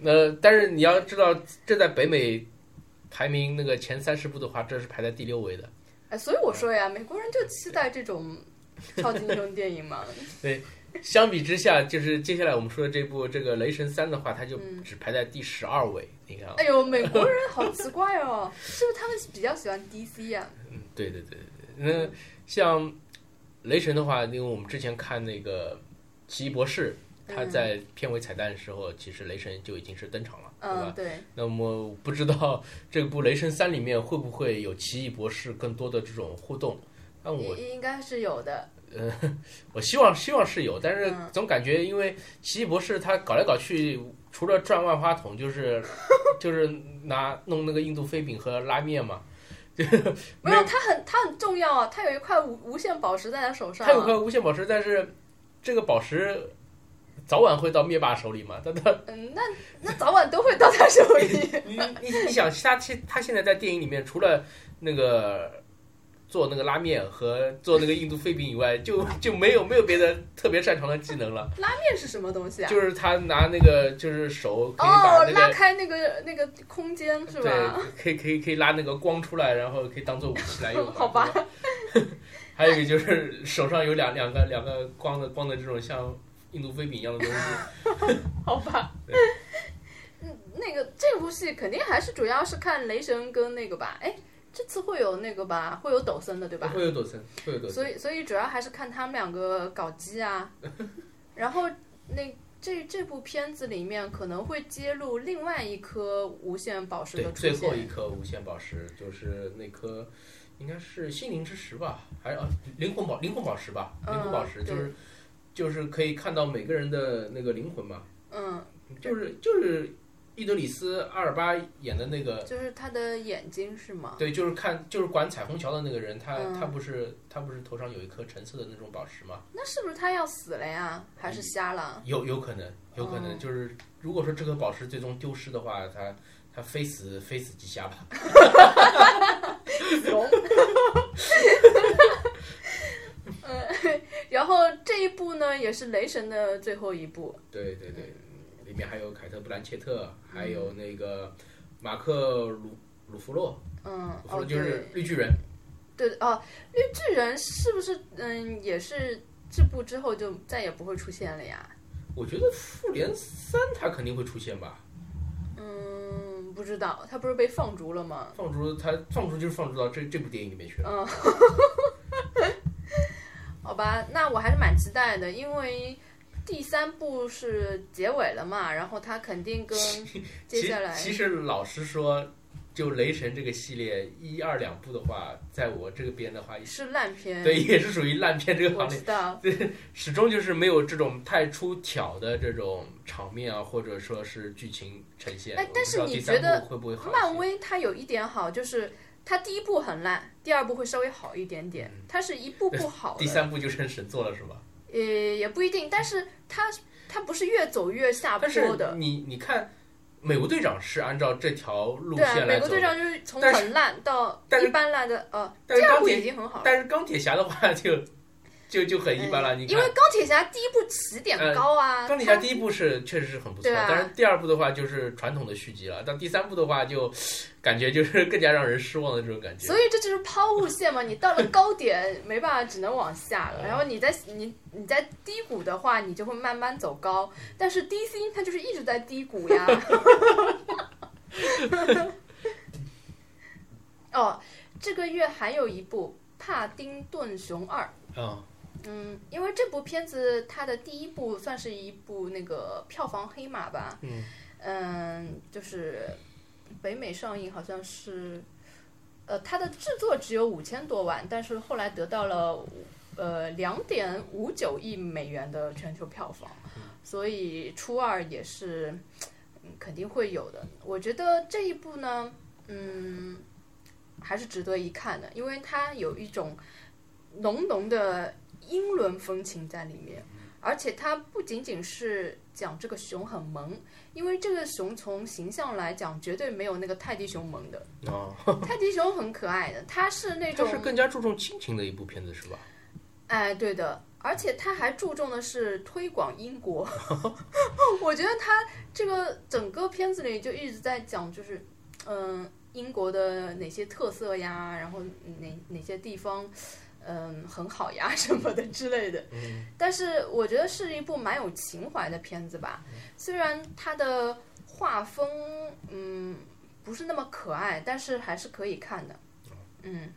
B: 呃，但是你要知道，这在北美排名那个前三十部的话，这是排在第六位的。嗯
A: 哎，所以我说呀，美国人就期待这种超级英雄电影嘛。
B: 相比之下，就是接下来我们说的这部这个《雷神三》的话，它就只排在第十二位。你看啊，
A: 哎呦，美国人好奇怪哦，是不是他们比较喜欢 DC 呀、
B: 嗯，对对对对对。那像雷神的话，因为我们之前看那个《奇异博士》，他在片尾彩蛋的时候，其实雷神就已经是登场了，对
A: 嗯，
B: 吧？
A: 对，
B: 那么不知道这部《雷神三》里面会不会有奇异博士更多的这种互动？但我
A: 应应该是有的。
B: 我希望希望是有，但是
A: 嗯
B: 总感觉因为奇异博士他搞来搞去，除了赚万花筒，就是 就是拿弄那个印度飞饼和拉面嘛，
A: 没有，它很它很重要啊，它有一块无无限宝石在他手上啊。
B: 他有块无限宝石，但是这个宝石早晚会到灭霸手里嘛？他 他
A: 嗯，那那早晚都会到他手 里。
B: 你你你想，他现他现在在电影里面除了那个做那个拉面和做那个印度飞饼以外，就就没有没有别的特别擅长的技能了，
A: 面是什么东西啊？
B: 就是他拿那个就是手可以把
A: 哦，
B: 那个
A: 拉开那个那个空间是吧？
B: 对，可以可以可以拉那个光出来，然后可以当做武器来用嘛。
A: 好吧
B: 对吧。 还有一个就是手上有两两个两个光的光的这种像印度飞饼一样的 东西。
A: 好 吧
B: 对。
A: 嗯，那个这部戏肯定还是主要是看雷神跟那个吧，哎，这次会有那个吧，会有抖森的对吧？
B: 会有躲层，会有躲层。
A: 所以所以主要还是看他们两个搞基啊， 然后那这这部片子里面可能会揭露另外一颗无限宝石
B: 对
A: 的，出
B: 最后
A: 现，
B: 一颗无限宝石就是那颗，应该是心灵之石吧，还是啊灵魂宝灵魂宝石吧？
A: 嗯
B: 灵魂宝石就是、就是可以看到每个人的那个灵魂嘛，
A: 嗯，
B: 就是就是伊德里斯阿尔巴演的那个
A: 就是他的眼睛是吗？
B: 对，就是看就是管彩虹桥的那个人，他、
A: 嗯
B: 他不是他不是头上有一颗橙色的那种宝石吗？
A: 那是不是他要死了呀？还
B: 嗯
A: 是瞎了？
B: 有有可能，有可
A: 哦
B: 能、就是如果说这颗宝石最终丢失的话，他他非死非死即瞎吧。
A: 聋。嗯，然后这一部呢，也是雷神的最后一部。
B: 对对对，里面还有凯特布兰切特，还有那个马克鲁鲁弗洛，
A: 嗯，
B: 鲁弗
A: 哦，
B: 洛就是
A: 对
B: 绿巨人，
A: 对哦，绿巨人是不是嗯，也是这部之后就再也不会出现了呀？
B: 我觉得复联三他肯定会出现吧。
A: 嗯，不知道，他不是被放逐了吗？
B: 放逐他放逐就是放逐到这这部电影里面去了。
A: 嗯，好吧，那我还是蛮期待的，因为第三部是结尾了嘛，然后他肯定跟接
B: 其
A: 下来
B: 其实老实说，就雷神这个系列一二两部的话，在我这边的话，
A: 是烂片，
B: 对，也是属于烂片这个
A: 嗯我知
B: 行列，
A: 道，
B: 始终就是没有这种太出挑的这种场面啊，或者说是剧情呈现。
A: 哎
B: 我不
A: 但是
B: 知道
A: 你
B: 第
A: 觉
B: 三部
A: 得
B: 会不会好一些？
A: 漫威它有一点好，就是它第一部很烂，第二部会稍微好一点点，
B: 嗯
A: 它是一步步好
B: 第
A: 的，
B: 三部就成神作了是吧？
A: 呃， 也不一定，但是它它不是越走越下
B: 但是
A: 坡的。
B: 你你看，美国队长是按照这条路
A: 对啊，
B: 线
A: 美
B: 来
A: 国
B: 走
A: 队
B: 的，
A: 长就是从
B: 但是
A: 很烂到
B: 但
A: 一
B: 是
A: 般烂的，呃，
B: 但是
A: 第二
B: 钢
A: 部已
B: 铁，
A: 经很好了。
B: 但是钢铁侠的话就就就很一般了。
A: 嗯
B: 你
A: 因
B: 看嗯
A: 为。钢铁侠第一部起点高啊，
B: 钢铁侠
A: 它
B: 第一部是确实是很不错，
A: 对啊
B: 但是第二部的话就是传统的续集了，到第三部的话就感觉就是更加让人失望的这种感觉
A: 所。以这就是抛物线嘛，你到了高点没办法，只能往下
B: 嗯
A: 了。然后你在你你在低谷的话，你就会慢慢走高。但是 DC 它就是一直在低谷 呀。 哦，这个月还有一部《帕丁顿熊二》。
B: 嗯，
A: 嗯，因为这部片子它的第一部算是一部那个票房黑马吧，
B: 嗯
A: 嗯就是北美上映好像是，呃，它的制作只有五千多万，但是后来得到了呃两点五九亿美元的全球票房，所以初二也是嗯肯定会有的。我觉得这一部呢，嗯，还是值得一看的，因为它有一种浓浓的英伦风情在里面，而且它不仅仅是讲这个熊很萌，因为这个熊从形象来讲，绝对没有那个泰迪熊萌 的。
B: 哦，
A: 泰迪熊很可爱的，它是那
B: 它
A: 种
B: 是更加注重亲情的一部片子是吧？
A: 哎，对的，而且他还注重的是推广英国。 我觉得他这个整个片子里就一直在讲，就是嗯、英国的哪些特色呀，然后哪哪些地方，嗯很好呀 什么的之类的。但是我觉得是一部蛮有情怀的片子吧，虽然它的画风嗯不是那么可爱，但是还是可以看的。嗯，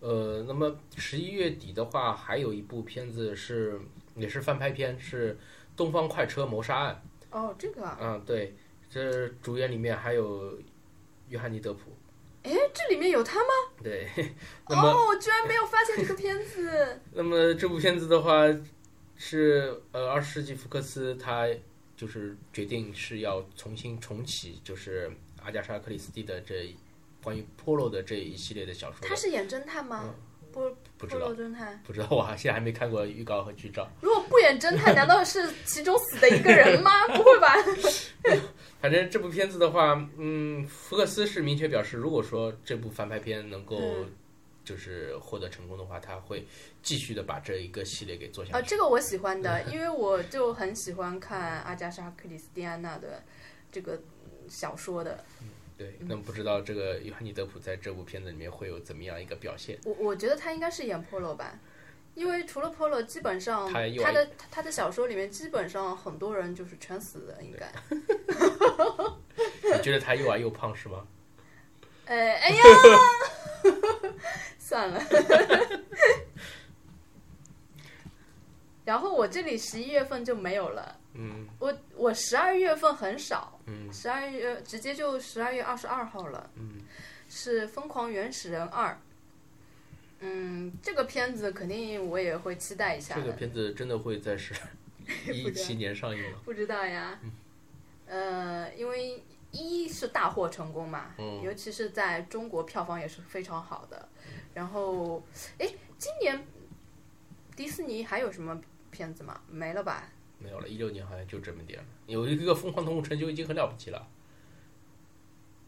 B: 呃，那么十一月底的话，还有一部片子是也是翻拍片，是《东方快车谋杀案
A: 哦，这个》啊，
B: 嗯，对，这主演里面还有约翰尼·德普。
A: 哎，这里面有他吗？
B: 对，那么
A: 哦，我居然没有发现这个片 子。
B: 那么这部片子的话，是呃，二十世纪福克斯他就是决定是要重新重启，就是阿加莎·克里斯蒂的这一关于 Polo 的这一系列的小说
A: 他。是演侦探吗？波
B: 嗯不知
A: 波
B: 道，
A: 罗侦探。
B: 不知道，我还现在还没看过预告和剧照。
A: 如果不演侦 探，难道是其中死的一个人吗？不会吧？
B: 反正这部片子的话，嗯，福克斯是明确表示，如果说这部翻拍片能够
A: 嗯
B: 就是获得成功的话，他会继续的把这一个系列给做下
A: 啊，
B: 去。
A: 这个我喜欢的，因为我就很喜欢看阿加莎·克里斯蒂安娜的这个嗯小说的。
B: 对，那么不知道这个约翰尼·德普在这部片子里面会有怎么样一个表现？
A: 我我觉得他应该是演 Polo 吧，因为除了 Polo，基本上
B: 他又
A: 他的他的小说里面基本上很多人就是全死的，应该。
B: 你觉得他又矮又胖是 吗？
A: 哎哎 呀，算了。 然后我这里十一月份就没有了，
B: 嗯
A: 我我十二月份很少，
B: 嗯
A: 十二月直接就十二月二十二号了，
B: 嗯
A: 是《疯狂原始人二》。嗯，这个片子肯定我也会期待一下
B: 这
A: 的。
B: 个片子真的会在 十一
A: 知道
B: 七年上映吗？
A: 不知道呀，
B: 嗯
A: 呃，因为一是大获成功嘛，
B: 嗯
A: 尤其是在中国票房也是非常好的。然后，哎，今年迪士尼还有什么片子吗？没了吧？
B: 没有了，一六年好像就这么点儿了。有一个《疯狂动物城》就已经很了不起了，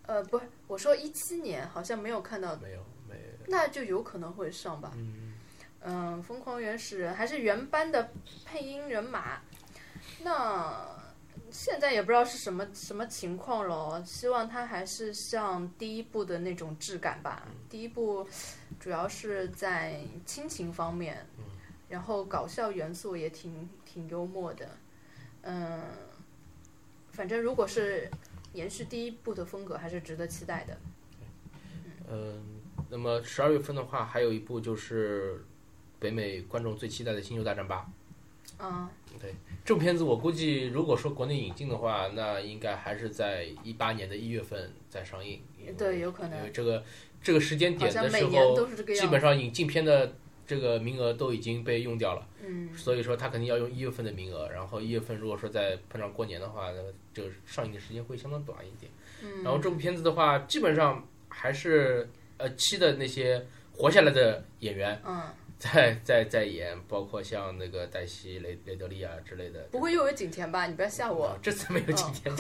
A: 呃，不是，我说一七年好像没有看到，
B: 没有没有。
A: 那就有可能会上吧。
B: 嗯，
A: 嗯，疯狂原始人还是原班的配音人马，那现在也不知道是什么什么情况咯，希望它还是像第一部的那种质感吧。第一部主要是在亲情方面，然后搞笑元素也挺挺幽默的。嗯，反正如果是延续第一部的风格，还是值得期待的。
B: 嗯，那么十二月份的话，还有一部就是北美观众最期待的《星球大战八
A: 啊、》。
B: 这部片子我估计，如果说国内引进的话，那应该还是在一八年的一月份再上映。因为
A: 对，，有可
B: 因为
A: 能，
B: 这个这个时间
A: 好
B: 点
A: 像
B: 的
A: 每
B: 时
A: 年
B: 候，
A: 都是这个
B: 基
A: 样
B: 本
A: 子。
B: 上引进片的这个名额都已经被用掉了，
A: 嗯。
B: 所以说他肯定要用一月份的名额。然后一月份如果说再碰上过年的话，那就上映的时间会相当短一点。
A: 嗯
B: 然后这部片子的话，基本上还是呃七的那些活下来的演员
A: 嗯，
B: 在在在演，包括像那个黛西、雷雷德利啊之类的。
A: 不会又有景甜吧？你不要吓我嗯
B: 啊，这次没有今天，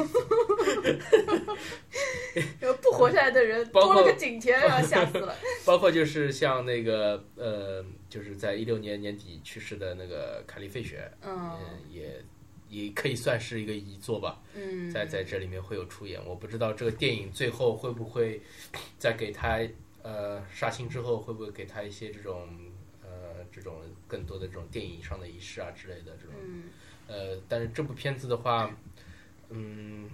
A: 不活下来的人
B: 嗯包括
A: 多了个景甜， 然后吓死了。
B: 包括就是像那个呃，就是在一六年年底去世的那个凯莉·费雪，
A: 嗯
B: 嗯，也也可以算是一个遗作吧，
A: 嗯，
B: 在在这里面会有出演。我不知道这个电影最后会不会在给他呃杀青之后，会不会给他一些这种呃这种更多的这种电影上的仪式啊之类的这种。
A: 嗯
B: 呃，但是这部片子的话，嗯，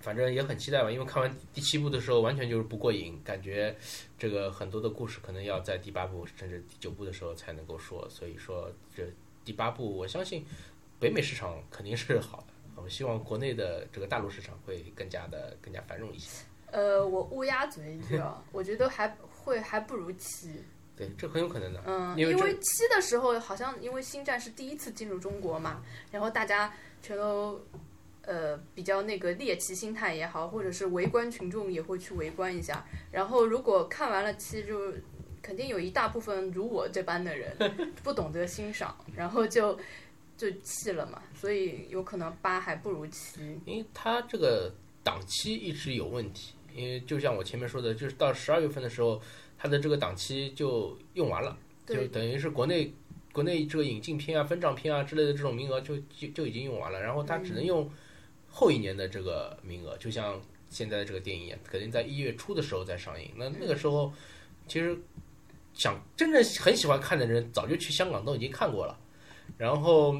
B: 反正也很期待吧，因为看完第七部的时候完全就是不过瘾，感觉这个很多的故事可能要在第八部甚至第九部的时候才能够说，所以说这第八部我相信北美市场肯定是好的。我希望国内的这个大陆市场会更加的更加繁荣一些。
A: 呃，我乌鸦嘴一句啊，我觉得还会还不如七。
B: 对，这很有可能的。啊
A: 嗯，
B: 因
A: 因
B: 为这
A: 为七的时候好像因为星战是第一次进入中国嘛，然后大家全都。呃，比较那个猎奇心态也好，或者是围观群众也会去围观一下。然后如果看完了七，就肯定有一大部分如我这般的人 不懂得欣赏，然后就就弃了嘛。所以有可能八还不如七。
B: 因为它这个档期一直有问题，因为就像我前面说的，就是到十二月份的时候，它的这个档期就用完了，就
A: 对
B: 等于是国内国内这个引进片啊、分账片啊之类的这种名额就就就已经用完了，然后它只能用后一年的这个名额，就像现在的这个电影一样，肯定在一月初的时候再上映，那那个时候其实。想真正很喜欢看的人，早就去香港都已经看过了。然后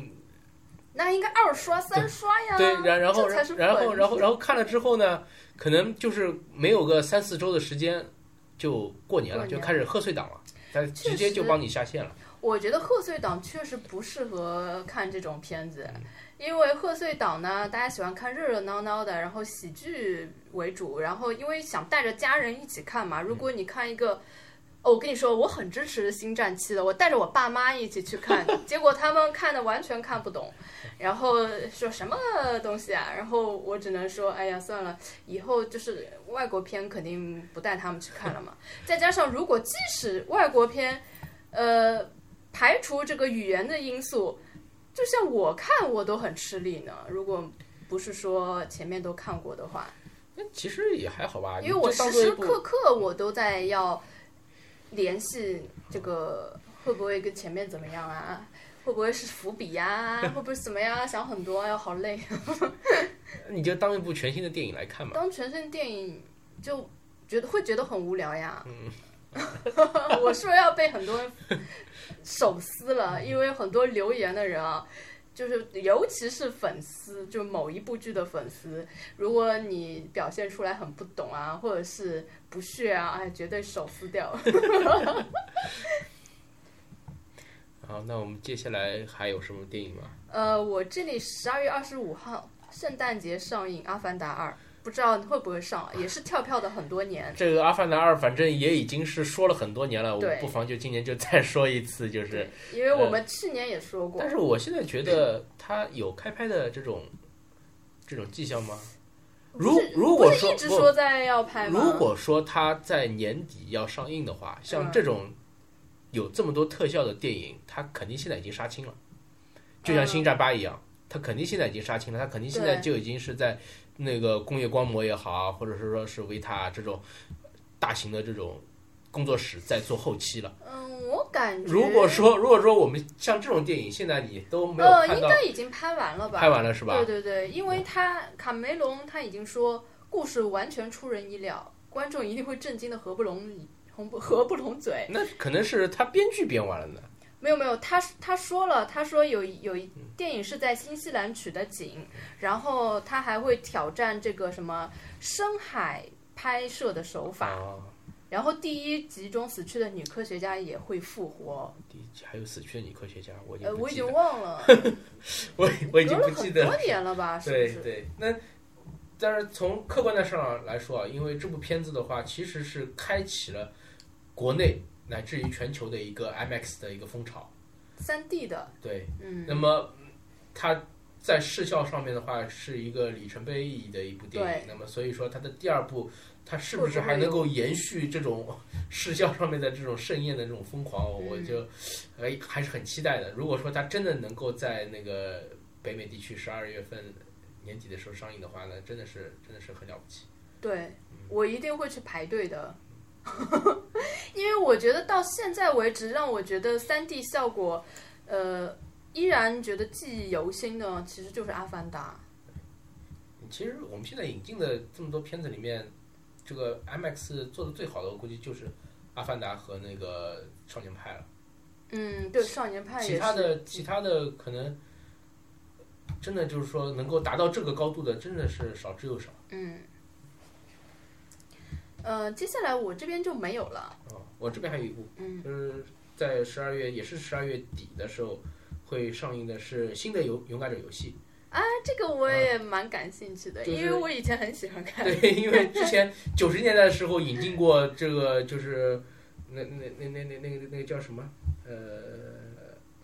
A: 那应该二刷三刷呀。
B: 对，然然后
A: 啊这才是
B: 然后
A: 本
B: 然后然后看了之后呢，可能就是没有个三四周的时间就过年了，
A: 过年
B: 就开始贺岁档了，他
A: 确
B: 直接就
A: 实
B: 帮你下线了。
A: 我觉得贺岁档确实不适合看这种片子，因为贺岁档呢，大家喜欢看热热闹闹的，然后喜剧为主，然后因为想带着家人一起看嘛。如果你看一个，哦，我跟你说，我很支持《新战七》的，我带着我爸妈一起去看，结果他们看的完全看不懂，然后说什么东西啊，然后我只能说，哎呀，算了，以后就是外国片肯定不带他们去看了嘛。再加上如果即使外国片，呃。排除这个语言的因素，就像我看我都很吃力呢。如果不是说前面都看过的话，
B: 那其实也还好吧，
A: 因为我
B: 你
A: 时
B: 就当做一
A: 时
B: 部
A: 刻刻我都在要联系这个会不会跟前面怎么样啊？会不会是伏笔呀、会不会怎么样啊？想很多啊，要好累。
B: 你就当一部全新的电影来看嘛。
A: 当全身电影就觉得会觉得很无聊呀。 我是不是要被很多人手撕了？因为很多留言的人啊，就是尤其是粉丝，就某一部剧的粉丝，如果你表现出来很不懂啊，或者是不屑啊，哎，绝对手撕掉。
B: 好，那我们接下来还有什么电影吗？
A: 呃，我这里十二月二十五号圣诞节上映《阿凡达二》，不知道会不会上啊，也是跳票的很多年。
B: 这个《阿凡达二》反正也已经是说了很多年了，我
A: 对
B: 不妨就今年就再说一次，就是。
A: 因为我们去年也说过，
B: 但是我现在觉得它有开拍的这种这种迹象吗？如
A: 不是
B: 如果
A: 不是
B: 说
A: 一直说在要拍吗？嗯
B: 如果说它在年底要上映的话，像这种有这么多特效的电影，它肯定现在已经杀青了，就像
A: 嗯
B: 《星战八》一样，它肯定现在已经杀青了，它肯定现在就已经是在那个工业光魔也好啊，或者是说是维塔啊这种大型的这种工作室在做后期了。
A: 嗯，我感觉
B: 如果说如果说我们像这种电影，现在你都没有
A: 呃，
B: 看
A: 应
B: 到
A: 该已经拍完了吧？
B: 拍完了是吧？嗯
A: 对对对，因为他卡梅隆他已经说故事完全出人意料，观众一定会震惊的合不拢红不合不拢嘴。
B: 那可能是他编剧编完了呢。
A: 没有没有，他他说了，他说有有一
B: 嗯
A: 电影是在新西兰取的景，然后他还会挑战这个什么深海拍摄的手法。
B: 啊，
A: 然后第一集中死去的女科学家也会复活，
B: 第一集还有死去的女科学家，我已
A: 呃，
B: 经不
A: 我已
B: 记得
A: 经，忘 了，
B: 我 我已
A: 隔
B: 经不
A: 了
B: 记
A: 很
B: 得了。
A: 多年了吧？是不
B: 对
A: 是？
B: 对，那但是从客观的上来说啊，因为这部片子的话，其实是开启了国内乃至于全球的一个 IMAX 的一个风潮。
A: 三 D 的，
B: 对，
A: 嗯，
B: 那么嗯它在视效上面的话，是一个里程碑意义的一部电影
A: 对。
B: 那么所以说，它的第二部，它是不
A: 会
B: 是
A: 不
B: 还
A: 会
B: 能
A: 有
B: 够延续这种 视效上面的这种盛宴的这种疯狂？我
A: 嗯
B: 就哎还是很期待的。如果说它真的能够在那个北美地区十二月份年底的时候上映的话，那真的是真的是很了不起。
A: 对，我一定会去排队的， 因为我觉得到现在为止，让我觉得三 D 效果，呃，依然觉得记忆犹新的，其实就是《阿凡达
B: 其实我们现在引进的这么多片子里面，这个 IMAX 做的最好的，我估计就是《阿凡达》和那个《少年派》了。》。
A: 嗯，对，《少年派》也
B: 其
A: 是。
B: 他的其他的可能真的就是说能够达到这个高度的，真的是少之又少
A: 嗯，呃，接下来我这边就没有了。
B: 啊、我这边还有一部，
A: 嗯
B: 就是在十二月也是十二月底的时候会上映的是新的《勇勇敢者》游戏。
A: 那这个我也蛮感兴趣的，
B: 嗯就是
A: 因为我以前很喜欢看。
B: 对，因为之前九十年代的时候引进过这个，就是那那那那那那个那个叫什么呃。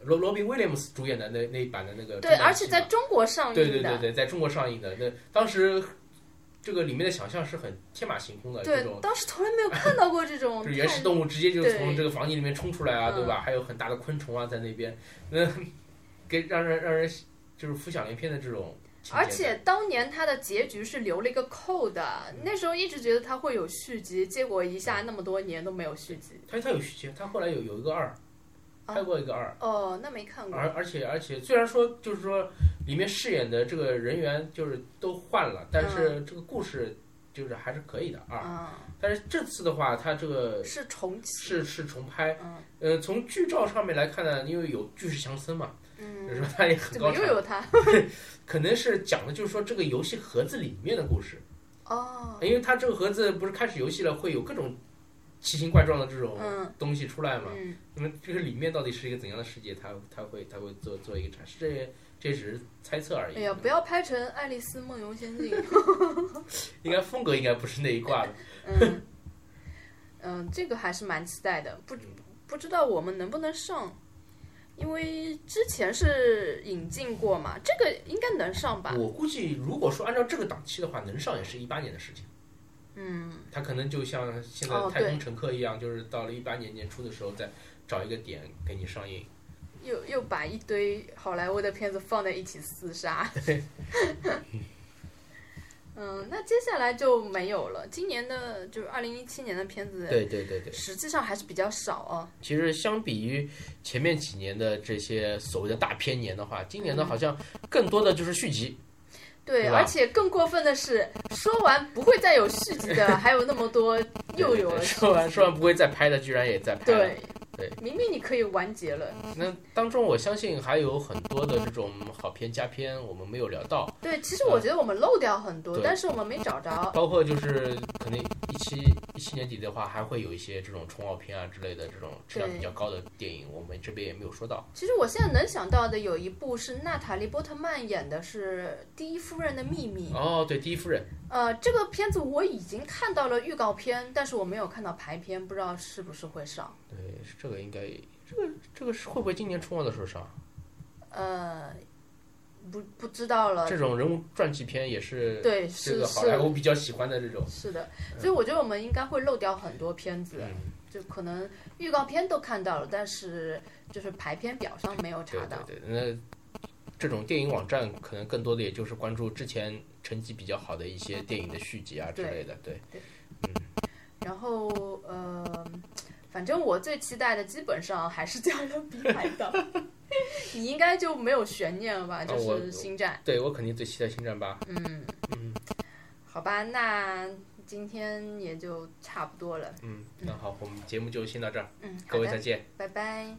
B: 罗罗宾威廉姆斯主演的那那一版的那个
A: 对，
B: 中文
A: 而且
B: 戏
A: 在
B: 嘛
A: 中国上映的。
B: 对对对对，在中国上映的那当时这个里面的想象是很天马行空的，这种
A: 对，当时从来没有看到过这种
B: 就
A: 太。
B: 是原始动物直接就从
A: 对
B: 这个房间里面冲出来啊，
A: 嗯
B: 对吧？还有很大的昆虫啊在那边，那给让人让人就是浮想联翩的这种情节。
A: 而且当年它的结局是留了一个扣的，
B: 嗯
A: 那时候一直觉得它会有续集，结果一下那么多年都没有续集。
B: 它它有续集，它后来有有一个二，
A: 啊
B: 拍过一个二，
A: 哦，那没看过。
B: 嗯而而且而且虽然说就是
A: 嗯
B: 说里面饰演的这个人员就是都换了，但是这个故事。就是还是可以的二。
A: 啊，
B: 但是这次的话，它这个
A: 是重启，
B: 是是重拍，
A: 嗯
B: 呃，从剧照上面来看呢，因为有巨石强森嘛，
A: 嗯，
B: 就是说他也很
A: 怎
B: 高
A: 么又
B: 产，
A: 有他？
B: 可能是讲的就是说这个游戏盒子里面的故事，
A: 哦，
B: 因为它这个盒子不是开始游戏了会有各种奇形怪状的这种
A: 嗯
B: 东西出来嘛，
A: 嗯
B: 那么这个里面到底是一个怎样的世界，他他会他会做做一个阐释，这这只是猜测而已。
A: 哎呀，不要拍成《爱丽丝梦游仙 境》。
B: 应该风格应该不是那一挂的。
A: 嗯，嗯，这个还是蛮期待的，不
B: 嗯
A: 知不知道我们能不能上，因为之前是引进过嘛，这个应该能上吧？
B: 我估计如果说按照这个档期的话，能上也是一八年的事情。
A: 嗯，
B: 他可能就像现在
A: 哦
B: 《太空
A: 对
B: 乘客》一样，就是到了一八年年初的时候再找一个点给你上映。
A: 又又把一堆好莱坞的片子放在一起厮杀。 嗯，那接下来就没有了。今年的就是二零一七年的片子，
B: 对对对，
A: 实际上还是比较少哦。
B: 其实相比于前面几年的这些所谓的大片年的话，
A: 嗯
B: 今年呢好像更多的就是续集。
A: 对，
B: 对吧
A: 而且更过分的是，说完不会再有续集 的，还有那么多又有了续集
B: 说完说完不会再拍的，居然也在拍了。
A: 对，
B: 对
A: 明明你可以完结了。
B: 那当中我相信还有很多的这种好片佳片我们没有聊到，
A: 对，其实我觉得我们漏掉很多，
B: 对
A: 但是我们没找着。
B: 包括就是可能一七一七年底的话，还会有一些这种冲奥片啊之类的这种质量比较高的电影，我们这边也没有说到。
A: 其实我现在能想到的有一部是娜塔莉波特曼演的，是《第一夫人的秘密》。
B: 哦，对，第一夫人，
A: 呃，这个片子我已经看到了预告片，但是我没有看到排片，不知道是不是会上。
B: 对，这个应该这个这个是会不会今年冲奥的时候上？
A: 呃，不不知道了
B: 这。种人物传记片也是
A: 呃对，
B: 这
A: 是
B: 个好莱
A: 是
B: 坞比较喜欢的这种。
A: 是的，所以我觉得我们应该会漏掉很多片子，
B: 嗯，
A: 就可能预告片都看到了，但是就是排片表上没有
B: 对
A: 查到。
B: 对对，那。这种电影网站可能更多的也就是关注之前成绩比较好的一些电影的续集啊之类的，对，
A: 然后呃，反正我最期待的基本上还是《 加勒比海 盗》，你应该就没有悬念了吧？就
B: 啊我
A: 是星战，
B: 对我肯定最期待《星战八》。
A: 嗯，
B: 嗯
A: 好吧，那今天也就差不多了，
B: 嗯，那好，我们节目就先到这儿，
A: 嗯，
B: 各
A: 好
B: 位再
A: 的，
B: 见。
A: 拜拜。